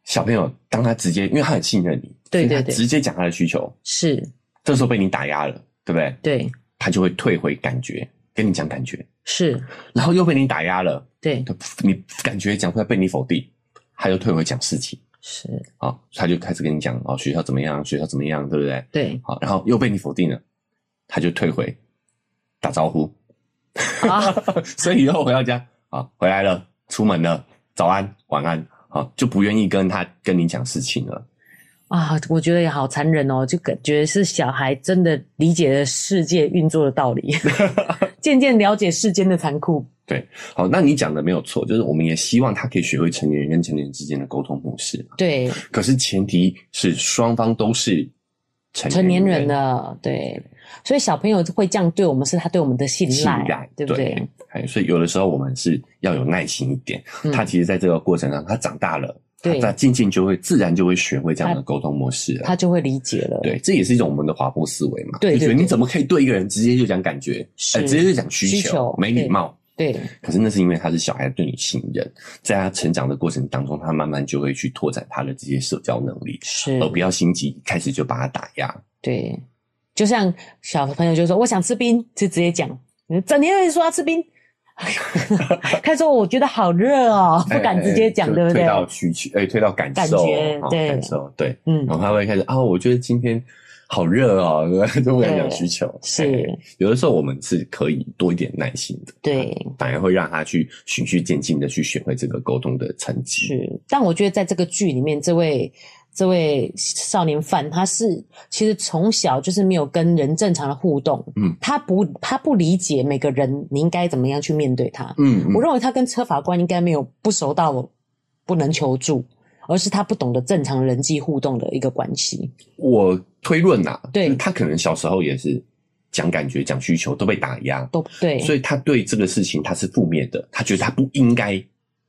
小朋友当他直接，因为他很信任你，对所以他对对直接讲他的需求，是，这时候被你打压了，对不对？对，他就会退回感觉，跟你讲感觉，是，然后又被你打压了，对，你感觉讲出来被你否定，他又退回讲事情是，啊、他就开始跟你讲哦，学校怎么样，学校怎么样，对不对？对好，然后又被你否定了，他就退回打招呼，啊， 所以以后回到家啊，回来了，出门了，早安，晚安，好，就不愿意跟他跟你讲事情了。啊，我觉得也好残忍哦，就感觉是小孩真的理解了世界运作的道理，渐渐了解世间的残酷。好，那你讲的没有错，就是我们也希望他可以学会成年人跟成年人之间的沟通模式，对，可是前提是双方都是成成年人啊的了，对，所以小朋友会这样对我们，是他对我们的信信赖赖，，对不对？？哎，所以有的时候我们是要有耐心一点。嗯他其实在这个过程上，他长大了，对他渐渐就会自然就会学会这样的沟通模式了。他就会理解了。对，这也是一种我们的滑坡思维嘛。对就觉得对对你怎么可以对一个人直接就讲感觉，是呃，直接就讲需需求没礼貌。对，可是那是因为他是小孩对你信任，在他成长的过程当中，他慢慢就会去拓展他的这些社交能力，是。而不要心急一开始就把他打压。对，就像小朋友就说我想吃冰，就直接讲，整天在说要吃冰，他说我觉得好热哦，不敢直接讲，哎就对不对推？到需求，哎，推到感感受觉，哦对感受，对。嗯然，后他会开始啊，我觉得今天好热哦， 都不敢讲需求。是哎，有的时候我们是可以多一点耐心的，对，反而会让他去循序渐进的去学会这个沟通的层级。是。但我觉得在这个剧里面，这位这位少年犯，他是其实从小就是没有跟人正常的互动，嗯，他不他不理解每个人你应该怎么样去面对他，嗯，嗯我认为他跟车法官应该没有不熟到不能求助，而是他不懂得正常人际互动的一个关系。我推论呐、对就是他可能小时候也是讲感觉、讲需求都被打压，都对，所以以他对这个事情他是负面的，他觉得他不应该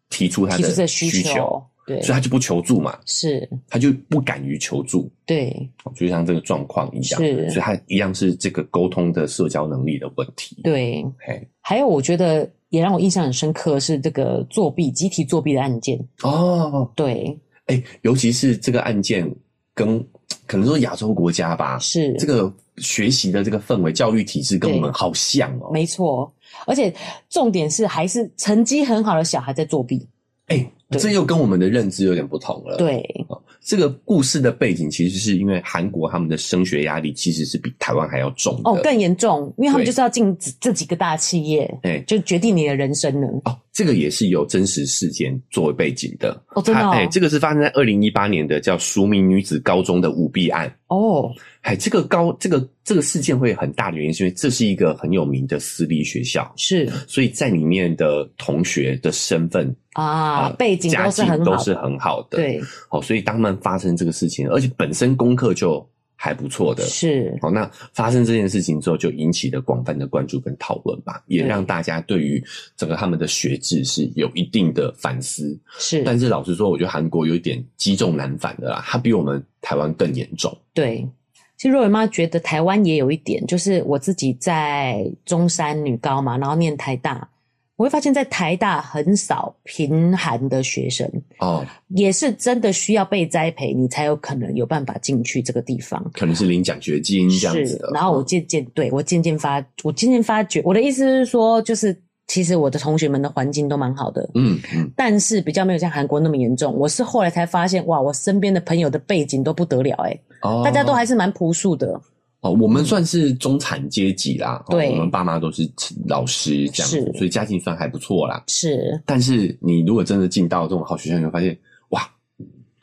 提出他提出这的个需求，求，对所以，他就不求助嘛，是，他就不敢于求助，对，就像这个状况一样，是所以他一样是这个沟通的社交能力的问题。，对。嘿，还有，我觉得也让我印象很深刻的是这个作弊、集体作弊的案件。哦，对，哎、尤其是这个案件跟可能说亚洲国家吧，是这个学习的这个氛围、教育体制跟我对们好像哦，没错。而且重点是，还是成绩很好的小孩在作弊。哎、对这又跟我们的认知有点不同了。，哦对，这个故事的背景其实是因为韩国他们的升学压力其实是比台湾还要重的。哦，更严重，因为他们呃对就是要进这这几个大企业，哎就决定你的人生了。哦，这个也是有真实事件作为背景的。哦真的哦它哎，这个是发生在二零一八年的叫淑明女子高中的舞弊案。哦，哎，这个高这个这个事件会很大的原因，是因为这是一个很有名的私立学校，是所以在里面的同学的身份啊，呃背景家都是境很都好，是很好的。，对，哦，所以当他们发生这个事情，而且本身功课就还不错的，是好，那发生这件事情之后，就引起了广泛的关注跟讨论吧，也对让大家对于整个他们的学制是有一定的反思。是，但是老实说，我觉得韩国有一点积重难返的啦，它比我们台湾更严重。对。其实若文妈觉得台湾也有一点，就是我自己在中山女高嘛，然后念台大，我会发现，在台大很少贫寒的学生，哦，也是真的需要被栽培，你才有可能有办法进去这个地方。可能是领奖学金这样子是的。，嗯然后我渐渐对我渐渐发，我渐渐发觉，我的意思是说，就是其实我的同学们的环境都蛮好的，嗯嗯，但是比较没有像韩国那么严重。我是后来才发现，哇，我身边的朋友的背景都不得了、欸，哦，大家都还是蛮朴素的，哦，我们算是中产阶级啦，哦对我们爸妈都是老师这样子，是所以家境算还不错啦。是但是你如果真的进到这种好学校，你会发现，哇，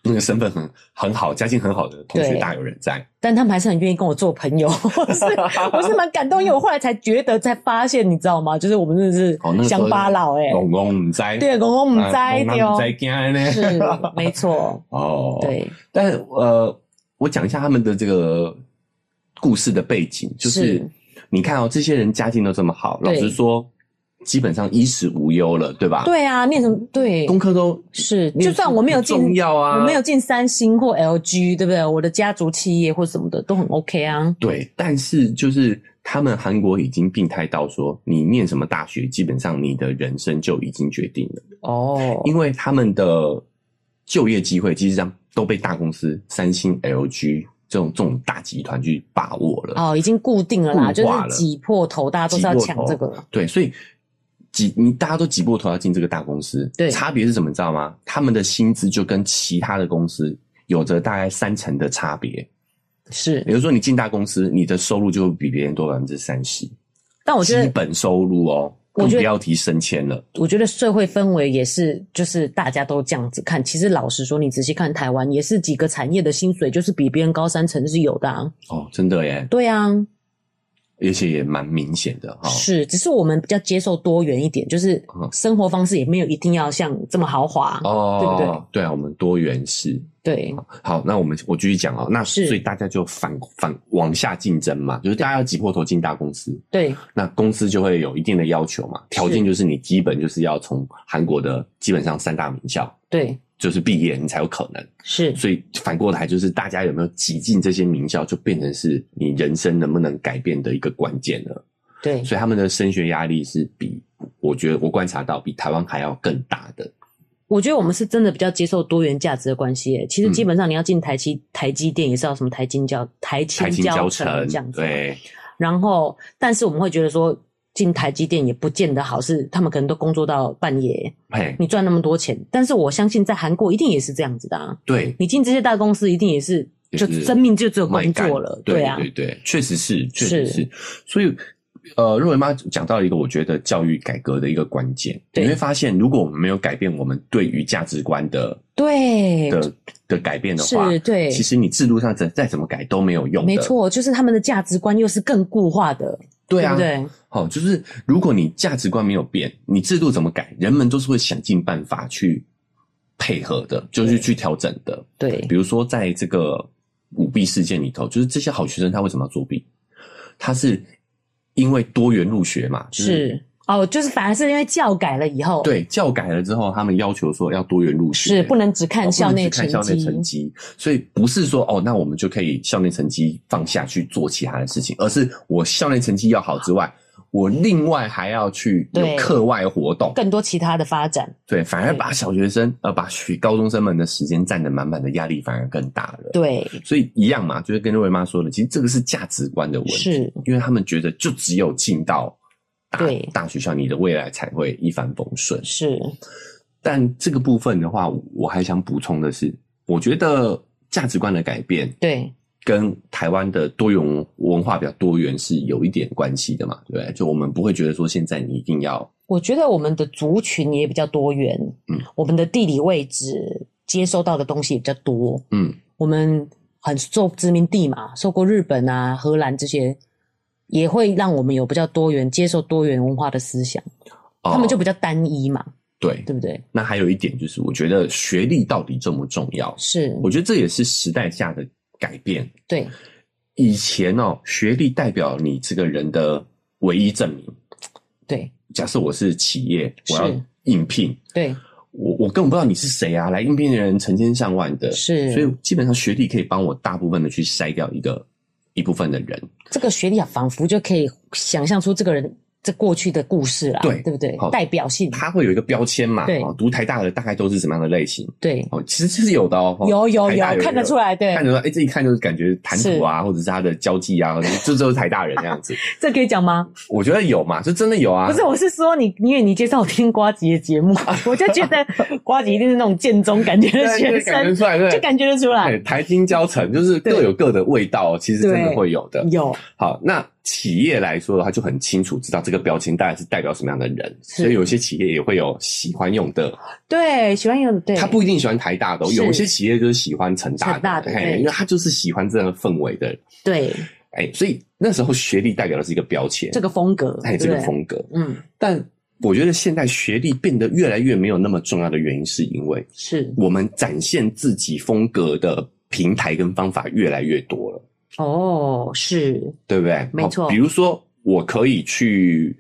那个身份很很好，家境很好的同学对大有人在。但他们还是很愿意跟我做 朋友，我是我是蛮感动，因为我后来才觉得才发现，你知道吗？就是我们真哦，的那个是时乡候哎巴佬哎、公公唔啊在，对，公公唔栽对哦，在惊呢， 是没错，哦，。对但呃，我讲一下他们的这个故事的背景，就是是你看哦，这些人家境都这么好，老对实说，基本上衣食无忧了，对吧？，对啊，念什么对功课都是，就算我没有进重要啊，我没有进三星或 LG，对不对？我的家族企业或什么的都很 OK 啊。对，但是就是他们韩国已经病态到说，你念什么大学，基本上你的人生就已经决定了，哦，因为他们的就业机会其实上都被大公司、三星、LG 这种这种大集团去把握了。哦，已经固定了啦，固就化了是挤破头，大家都是要挤破抢头这个。对，所以挤你大家都挤破头要进这个大公司，对差别是什么？你知道吗？他们的薪资就跟其他的公司有着大概三成的差别。是也，就是说，你进大公司，你的收入就会比别人多百分之三十，但我基觉得，本收入哦，我更觉不得要提升迁了。我觉得社会氛围也是，就是大家都这样子看。其实老实说，你仔细看台湾，也是几个产业的薪水就是比别人高三成是有的、啊。哦，真的耶，对啊，而且也蛮明显的哈、是，只是我们比较接受多元一点，就是哦嗯生活方式也没有一定要像这么豪华。哦，对不对？对啊，我们多元式。对，好，那我们我继续讲哦。那是所以大家就反反往下竞争嘛，就是大家要挤破头进大公司，对，那公司就会有一定的要求嘛，条件就是你基本就是要从韩国的基本上三大名校对，就是毕业，你才有可能。是，所以反过来就是大家有没有挤进这些名校，就变成是你人生能不能改变的一个关键了。对，所以他们的升学压力是比我觉得我观察到比台湾还要更大的。我觉得我们是真的比较接受多元价值的关系耶。其嗯实基本上你要进台积、台积电也是要什么台金交、台台青青交教城城这样，子。。啊对，然后，但是我们会觉得说，进台积电也不见得好，是他们可能都工作到半夜，嘿，你赚那么多钱，但是我相信在韩国一定也是这样子的啊。对，你进这些大公司，一定也是也就是生命就只有卖工干作了，对啊，对对，确实是，确实是是。所以，呃，若维妈讲到一个我觉得教育改革的一个关键，你对会发现，如果我们没有改变我们对于价值观的对的的改变的话，是，对，其实你制度上再再怎么改都没有用的。没，错，就是他们的价值观又是更固化的，对啊，不对？好、就是如果你价值观没有变，你制度怎么改，人们都是会想尽办法去配合的，就是对去调整的。对比如说在这个舞弊事件里头，就是这些好学生他为什么要作弊？他是因为多元入学嘛，就是哦，就是反而是因为教改了以后，，对教改了之后，他们要求说要多元入学，是不能只哦看不校能内只看校内成绩，所以不是说哦，那我们就可以校内成绩放下去做其他的事情，而是我校内成绩要好之外，我另外还要去有对课外活动，更多其他的发展，对，反而对把小学生呃把学高中生们的时间占得满满的，压力反而更大了。对，所以一样嘛，就是跟瑞妈说的，其实这个是价值观的问题，是因为他们觉得就只有进到大对大学校，你的未来才会一帆风顺。是，但这个部分的话，我我还想补充的是，我觉得价值观的改变对，跟台湾的多元文化比较多元是有一点关系的嘛，对不对？就我们不会觉得说现在你一定要我觉得我们的族群也比较多元，嗯，我们的地理位置接收到的东西也比较多，嗯我们很受殖民地嘛，受过日本啊、荷兰这些，也会让我们有比较多元、接受多元文化的思想，哦他们就比较单一嘛，对。对不对？那还有一点就是，我觉得学历到底重不重要？是，我觉得这也是时代下的改变。对，以前哦，学历代表你这个人的唯一证明。对，假设我是企业，是我要应聘，对，我我根本不知道你是谁啊，来应聘的人成千上万的，是所以基本上学历可以帮我大部分的去筛掉一个一部分的人。这个学历啊，仿佛就可以想象出这个人这过去的故事啦，对对不对好？代表性，他会有一个标签嘛？对哦读台大的大概都是什么样的类型？对，哦，其实这是有的哦，哦有有台有大有，看得出来，对看，得出来，哎，这一看就是感觉谈吐啊，或者是他的交际啊，这都是台大人那样子。这可以讲吗？我觉得有嘛，就真的有啊。不是，我是说你，因为你介绍我听瓜吉的 节目，我就觉得瓜吉一定是那种建中感觉的对，学就感觉生，出来，对，就感觉得出对来，台金交城就是各对有各的味道，哦其实真的会有的。有好，那企业来说的话，就很清楚知道这个标签大概是代表什么样的人，是所以有些企业也会有喜欢用的，对喜欢用对，他不一定喜欢台大的哦，是有些企业就是喜欢成大的，成大的嘿对因为他就是喜欢这样的氛围的，对哎，所以那时候学历代表的是一个标签，这个风格，哎对不这对个，风格，嗯，但我觉得现在学历变得越来越没有那么重要的原因，是因为是我们展现自己风格的平台跟方法越来越多了，哦，是对不对？没错好比如说，我可以去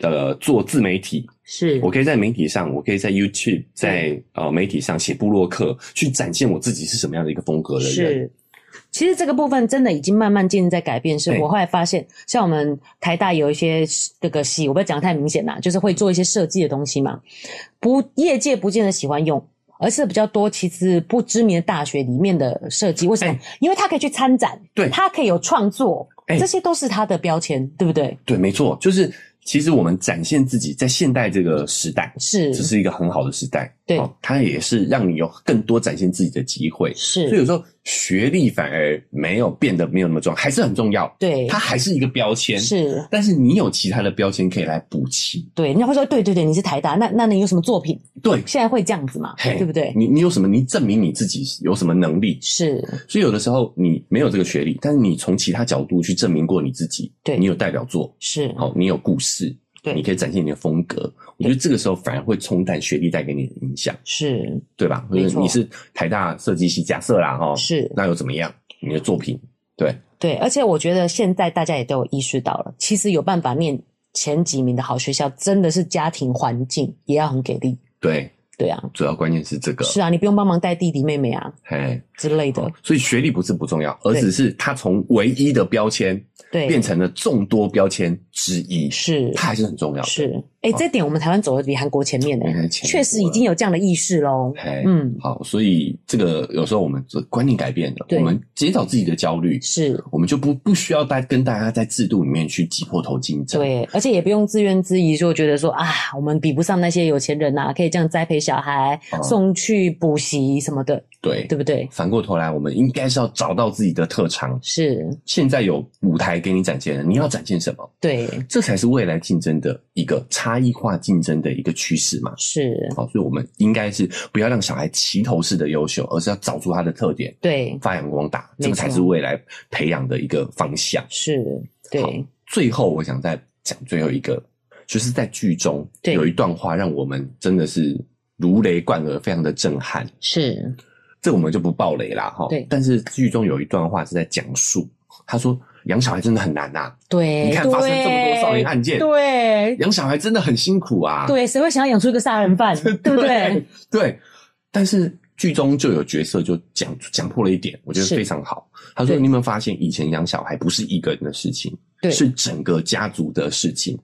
呃做自媒体，是我可以在媒体上，我可以在 YouTube，在呃媒体上写部落客，去展现我自己是什么样的一个风格的人。是，其实这个部分真的已经慢慢渐渐在改变。是对我后来发现，像我们台大有一些这个系，我不要讲得太明显啦，就是会做一些设计的东西嘛，不，业界不见得喜欢用。而是比较多，其实不知名的大学里面的设计，为什么？哎因为他可以去参展，对他可以有创作，哎这些都是他的标签，对不对？对，没错，就是其实我们展现自己在现代这个时代，是这是一个很好的时代。对哦它也是让你有更多展现自己的机会。所以是，有时候学历反而没有变得没有那么重要，还是很重要。对，它还是一个标签，是，但是你有其他的标签可以来补齐。对，人家会说，对对对，你是台大，那那你有什么作品？对，现在会这样子嘛，嘿对不对？你你有什么？你证明你自己有什么能力？是，所以有的时候你没有这个学历，但是你从其他角度去证明过你自己，对你有代表作，是，好，你有故事，对你可以展现你的风格。我觉得这个时候反而会冲淡学历带给你的影响，是，对吧？没就错是你是台大设计系，假设啦，哈，是那又怎么样？你的作品，对，对，而且我觉得现在大家也都有意识到了，其实有办法念前几名的好学校，真的是家庭环境也要很给力，对，对啊，主要关键是这个，是啊，你不用帮忙带弟弟妹妹啊哎，之类的。所以学历不是不重要，而对只是它从唯一的标签变对，成了众多标签之一，是它还是很重要的。哦是，哎，这点我们台湾走的比韩国前面呢嗯，前确实已经有这样的意识喽。哎，嗯，好，所以这个有时候我们这观念改变了，对我们减少自己的焦虑，是我们就不不需要大跟大家在制度里面去挤破头竞争。对，而且也不用自怨自艾，就觉得说啊，我们比不上那些有钱人啊呐、可以这样栽培小孩、嗯送去补习什么的，对对不对？反过头来，我们应该是要找到自己的特长。是，现在有舞台给你展现了，你要展现什么？对，这才是未来竞争的一个差异化竞争的一个趋势嘛。是，好，所以我们应该是不要让小孩齐头式的优秀，而是要找出他的特点，对，发扬光大，没错这个才是未来培养的一个方向。是，好对，最后，我想再讲最后一个，就是在剧中对有一段话让我们真的是如雷贯耳，非常的震撼。是，这我们就不爆雷啦，哈。对但是剧中有一段话是在讲述，他说养小孩真的很难呐、啊对，你看发生这么多少年案件，哎对，养小孩真的很辛苦啊。对，谁会想要养出一个杀人 犯，对不对？对，但是剧中就有角色就讲讲破了一点，我觉得是非常好。他说：“对你有没有发现，以前养小孩不是一个人的事情，对，是整个家族的事情，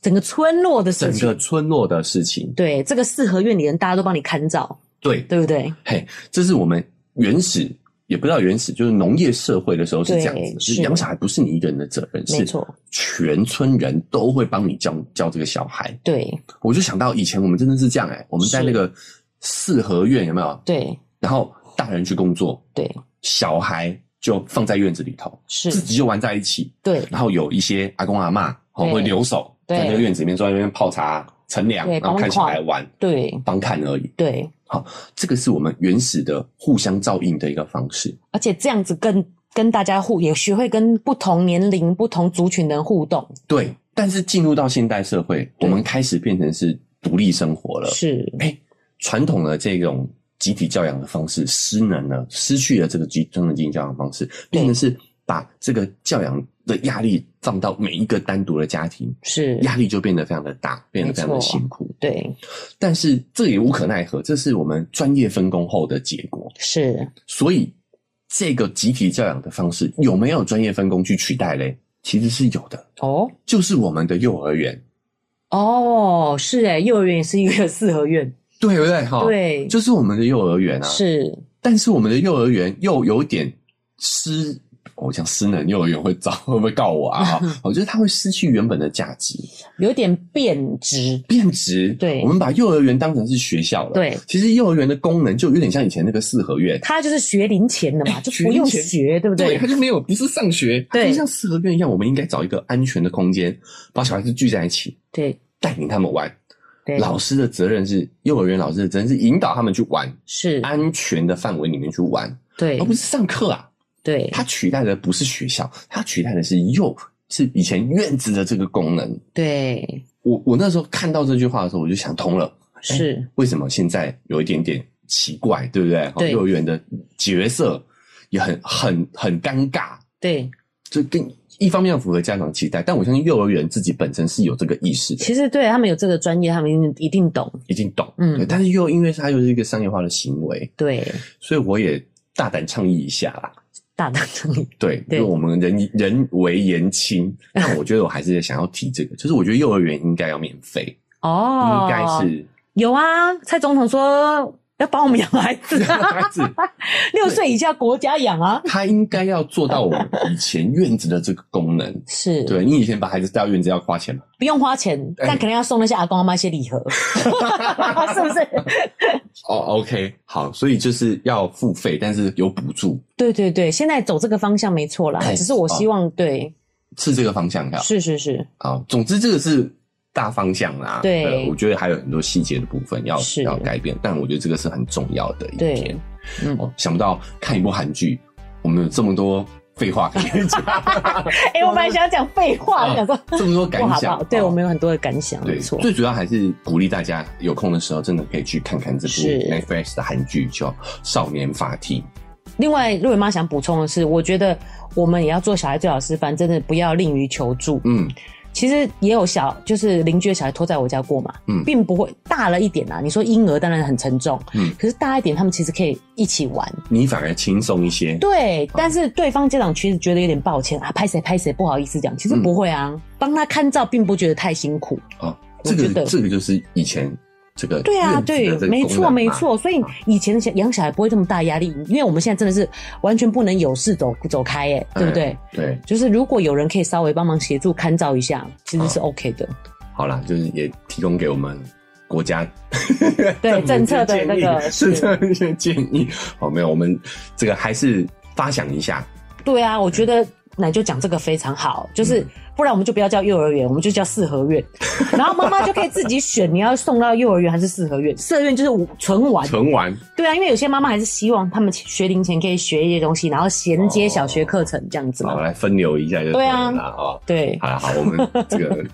整个村落的事整情个。村落的事情。对，这个四合院里人大家都帮你看照，对，对不对？嘿，这是我们原始。”也不知道原始，就是农业社会的时候是这样子对的，就是是养小孩不是你一个人的责任，没是错全村人都会帮你教教这个小孩。对我就想到以前我们真的是这样哎、我们在是那个四合院有没有？对然后大人去工作，对，小孩就放在院子里头，是自，己就玩在一起。对然后有一些阿公阿嬷哦对会留守对在那个院子里面，坐在那边泡茶、乘凉，对然后看小孩帮玩，对帮看而已。对，这个是我们原始的互相照应的一个方式。而且这样子跟跟大家互也学会跟不同年龄、不同族群的人互动，对，但是进入到现代社会，我对们开始变成是独立生活了。嗯哎是传统的这种集体教养的方式失能了，失去了这个集中的集体教养方式，变成是把这个教养的压力放到每一个单独的家庭，是，压力就变得非常的大，变得非常的没错辛苦。对但是这也无可奈何，这是我们专业分工后的结果。是，所以，这个集体教养的方式有没有专业分工去取代嘞？其实是有的，哦就是我们的幼儿园，哦是哎，幼儿园也是一个四合院，对不对？哈，，对，哦就是我们的幼儿园啊。是但是我们的幼儿园又有点失，哦我讲失能幼儿园会找 会不会告我啊？ 我觉得它会失去原本的价值，有点变质，变质。对我们把幼儿园当成是学校了。，对，其实幼儿园的功能就有点像以前那个四合院，他就是学零钱的嘛，就不用哎学龄前学，对不对它？就没有不是上学，它对就像四合院一样，我们应该找一个安全的空间，把小孩子聚在一起，对带领他们玩。对，老师的责任是，幼儿园老师的责任是引导他们去玩，是，安全的范围里面去玩，对而不是上课啊。对它取代的不是学校，它取代的是幼，是以前院子的这个功能。对我我那时候看到这句话的时候，我就想通了，是，为什么现在有一点点奇怪，对不对？哦对幼儿园的角色也很很很尴尬，对。就跟一方面要符合家长期待，但我相信幼儿园自己本身是有这个意识的，其实对他们有这个专业，他们一定一定懂。已经懂。嗯对但是又因为它又是一个商业化的行为，对，所以我也大胆倡议一下啦。大大成立。对，因对为我们人人为言 轻，但我觉得我还是想要提这个，就是我觉得幼儿园应该要免费，哦，应该是有啊。蔡总统说要帮我们养孩子、啊孩子， 六岁以下国家养啊。他应该要做到我们以前院子的这个功能。是，对你以前把孩子带到院子要花钱吗？不用花钱，哎但可能要送那些阿公阿妈一些礼 盒，是不是？哦、o k 好，所以就是要付费，但是有补助，对对对，现在走这个方向没错啦。哎只是我希望，对，是这个方向要是是是，好。啊总之，这个是大方向啦。呃对我觉得还有很多细节的部分要是要改变，但我觉得这个是很重要的一对点。嗯。哦，想不到看一部韩剧，我们有这么多废话可 以讲，哎、我本来想讲废话，我想说这么多感不好不想好，。对哦我们有很多的感想，对没，错。最主要还是鼓励大家有空的时候，真的可以去看看这部是 Netflix 的韩剧，叫《少年法庭》。另外，瑞文妈想补充的是，我觉得我们也要做小孩最好示范，真的不要吝于求助。嗯，其实也有小，就是邻居的小孩拖在我家过嘛，嗯并不会大了一点啊。你说婴儿当然很沉重，嗯可是大一点，他们其实可以一起玩。你反而轻松一些。对，但是对方家长其实觉得有点抱歉啊，拍谁拍谁，不好意思讲。其嗯实不会啊，帮他看照并不觉得太辛苦。哦，我这觉个得这个就是以前这个对啊，院子的对这个，没功错能没嘛。啊错。所以以前的小养小孩不会这么大压力，因为我们现在真的是完全不能有事走走开、欸，对不对？哎对，就是如果有人可以稍微帮忙协助看照一下，其实是哦 OK 的。好啦，就是也提供给我们国家对哎政政策策的那个 是是这一些建议。好，没有，我们这个还是发想一下。对啊，我觉得奶就讲这个非常好，就是嗯不然我们就不要叫幼儿园，我们就叫四合院，然后妈妈就可以自己选你要送到幼儿园还是四合院。四合院就是纯玩，存完对啊，因为有些妈妈还是希望他们学龄前可以学一些东西，然后衔接小学课程这样子哦好嘛。来分流一下就对了啊啦哦。对，好了，好，我们 这个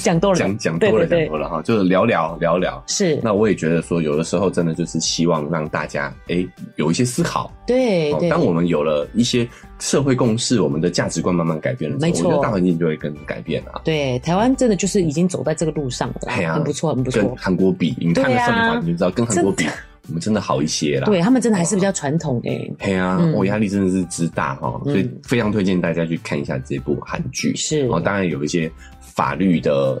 讲多了，讲讲多了，对对讲对多了哈，就是聊聊聊聊。是，那我也觉得说，有的时候真的就是希望让大家哎、有一些思考。对哦对，当我们有了一些社会共识，我们的价值观慢慢改变了之后，没错我觉得大环境就会跟着改变啊。对台湾真的就是已经走在这个路上了哎呀啦，很不错，很不跟错。韩国比，你看了对啊少年法庭就知道，跟韩国比，我们真的好一些啦。对他们真的还是比较传统诶，嘿啊，嗯我压力真的是之大哈，嗯所以非常推荐大家去看一下这部韩剧。是哦，当然有一些法律的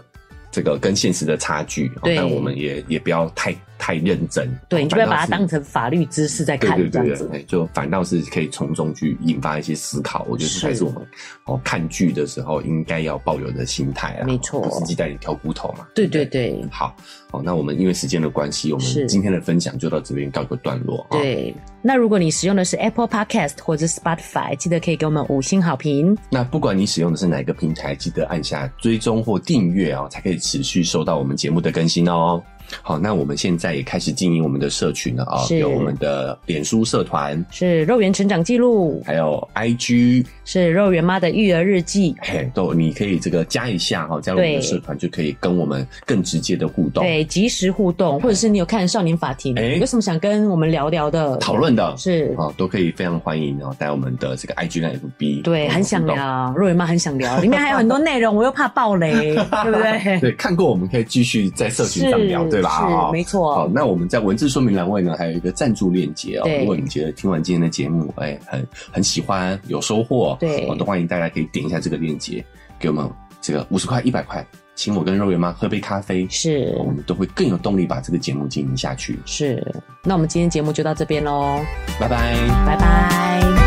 这个跟现实的差距，哦对但我们也也不要太太认真。对，你就不要把它哦反倒当是成法律知识在对看对这样对子对，。哎就反倒是可以从中去引发一些思考。我觉得是才是我们哦看剧的时候应该要抱有的心态啊，没错不是鸡蛋里挑骨头嘛。对对对好，好，那我们因为时间的关系，我是们今天的分享就到这边告一个段落啊。对。那如果你使用的是 Apple Podcast 或者 Spotify，记得可以给我们五星好评。那不管你使用的是哪一个平台，记得按下追踪或订阅哦，才可以持续收到我们节目的更新哦。好，那我们现在也开始经营我们的社群了啊、是有我们的脸书社团，是肉圆成长记录，还有 IG，是肉圆妈的育儿日记。嘿，都你可以这个加一下哈、加入我们的对社团就可以跟我们更直接的互动、对，及时互动，或者是你有看《少年法庭哎》，有什么想跟我们聊聊的？讨论的。是，啊、都可以非常欢迎哦，在我们的这个 IG 和 FB，对，跟我们很想互动。聊，肉圆妈很想 聊，里面还有很多内容，我又怕爆雷，对不对？对，看过我们可以继续在社群上聊，是对吧？啊是，没好，错，那我们在文字说明栏位呢，还有一个赞助链接哦。对如果你觉得听完今天的节目，哎，很很喜欢，有收获，对我都欢迎大家可以点一下这个链接，给我们这个五十块、一百块，请我跟肉圆妈喝杯咖啡，是我们都会更有动力把这个节目经营下去。是。那我们今天节目就到这边喽，拜拜。拜拜。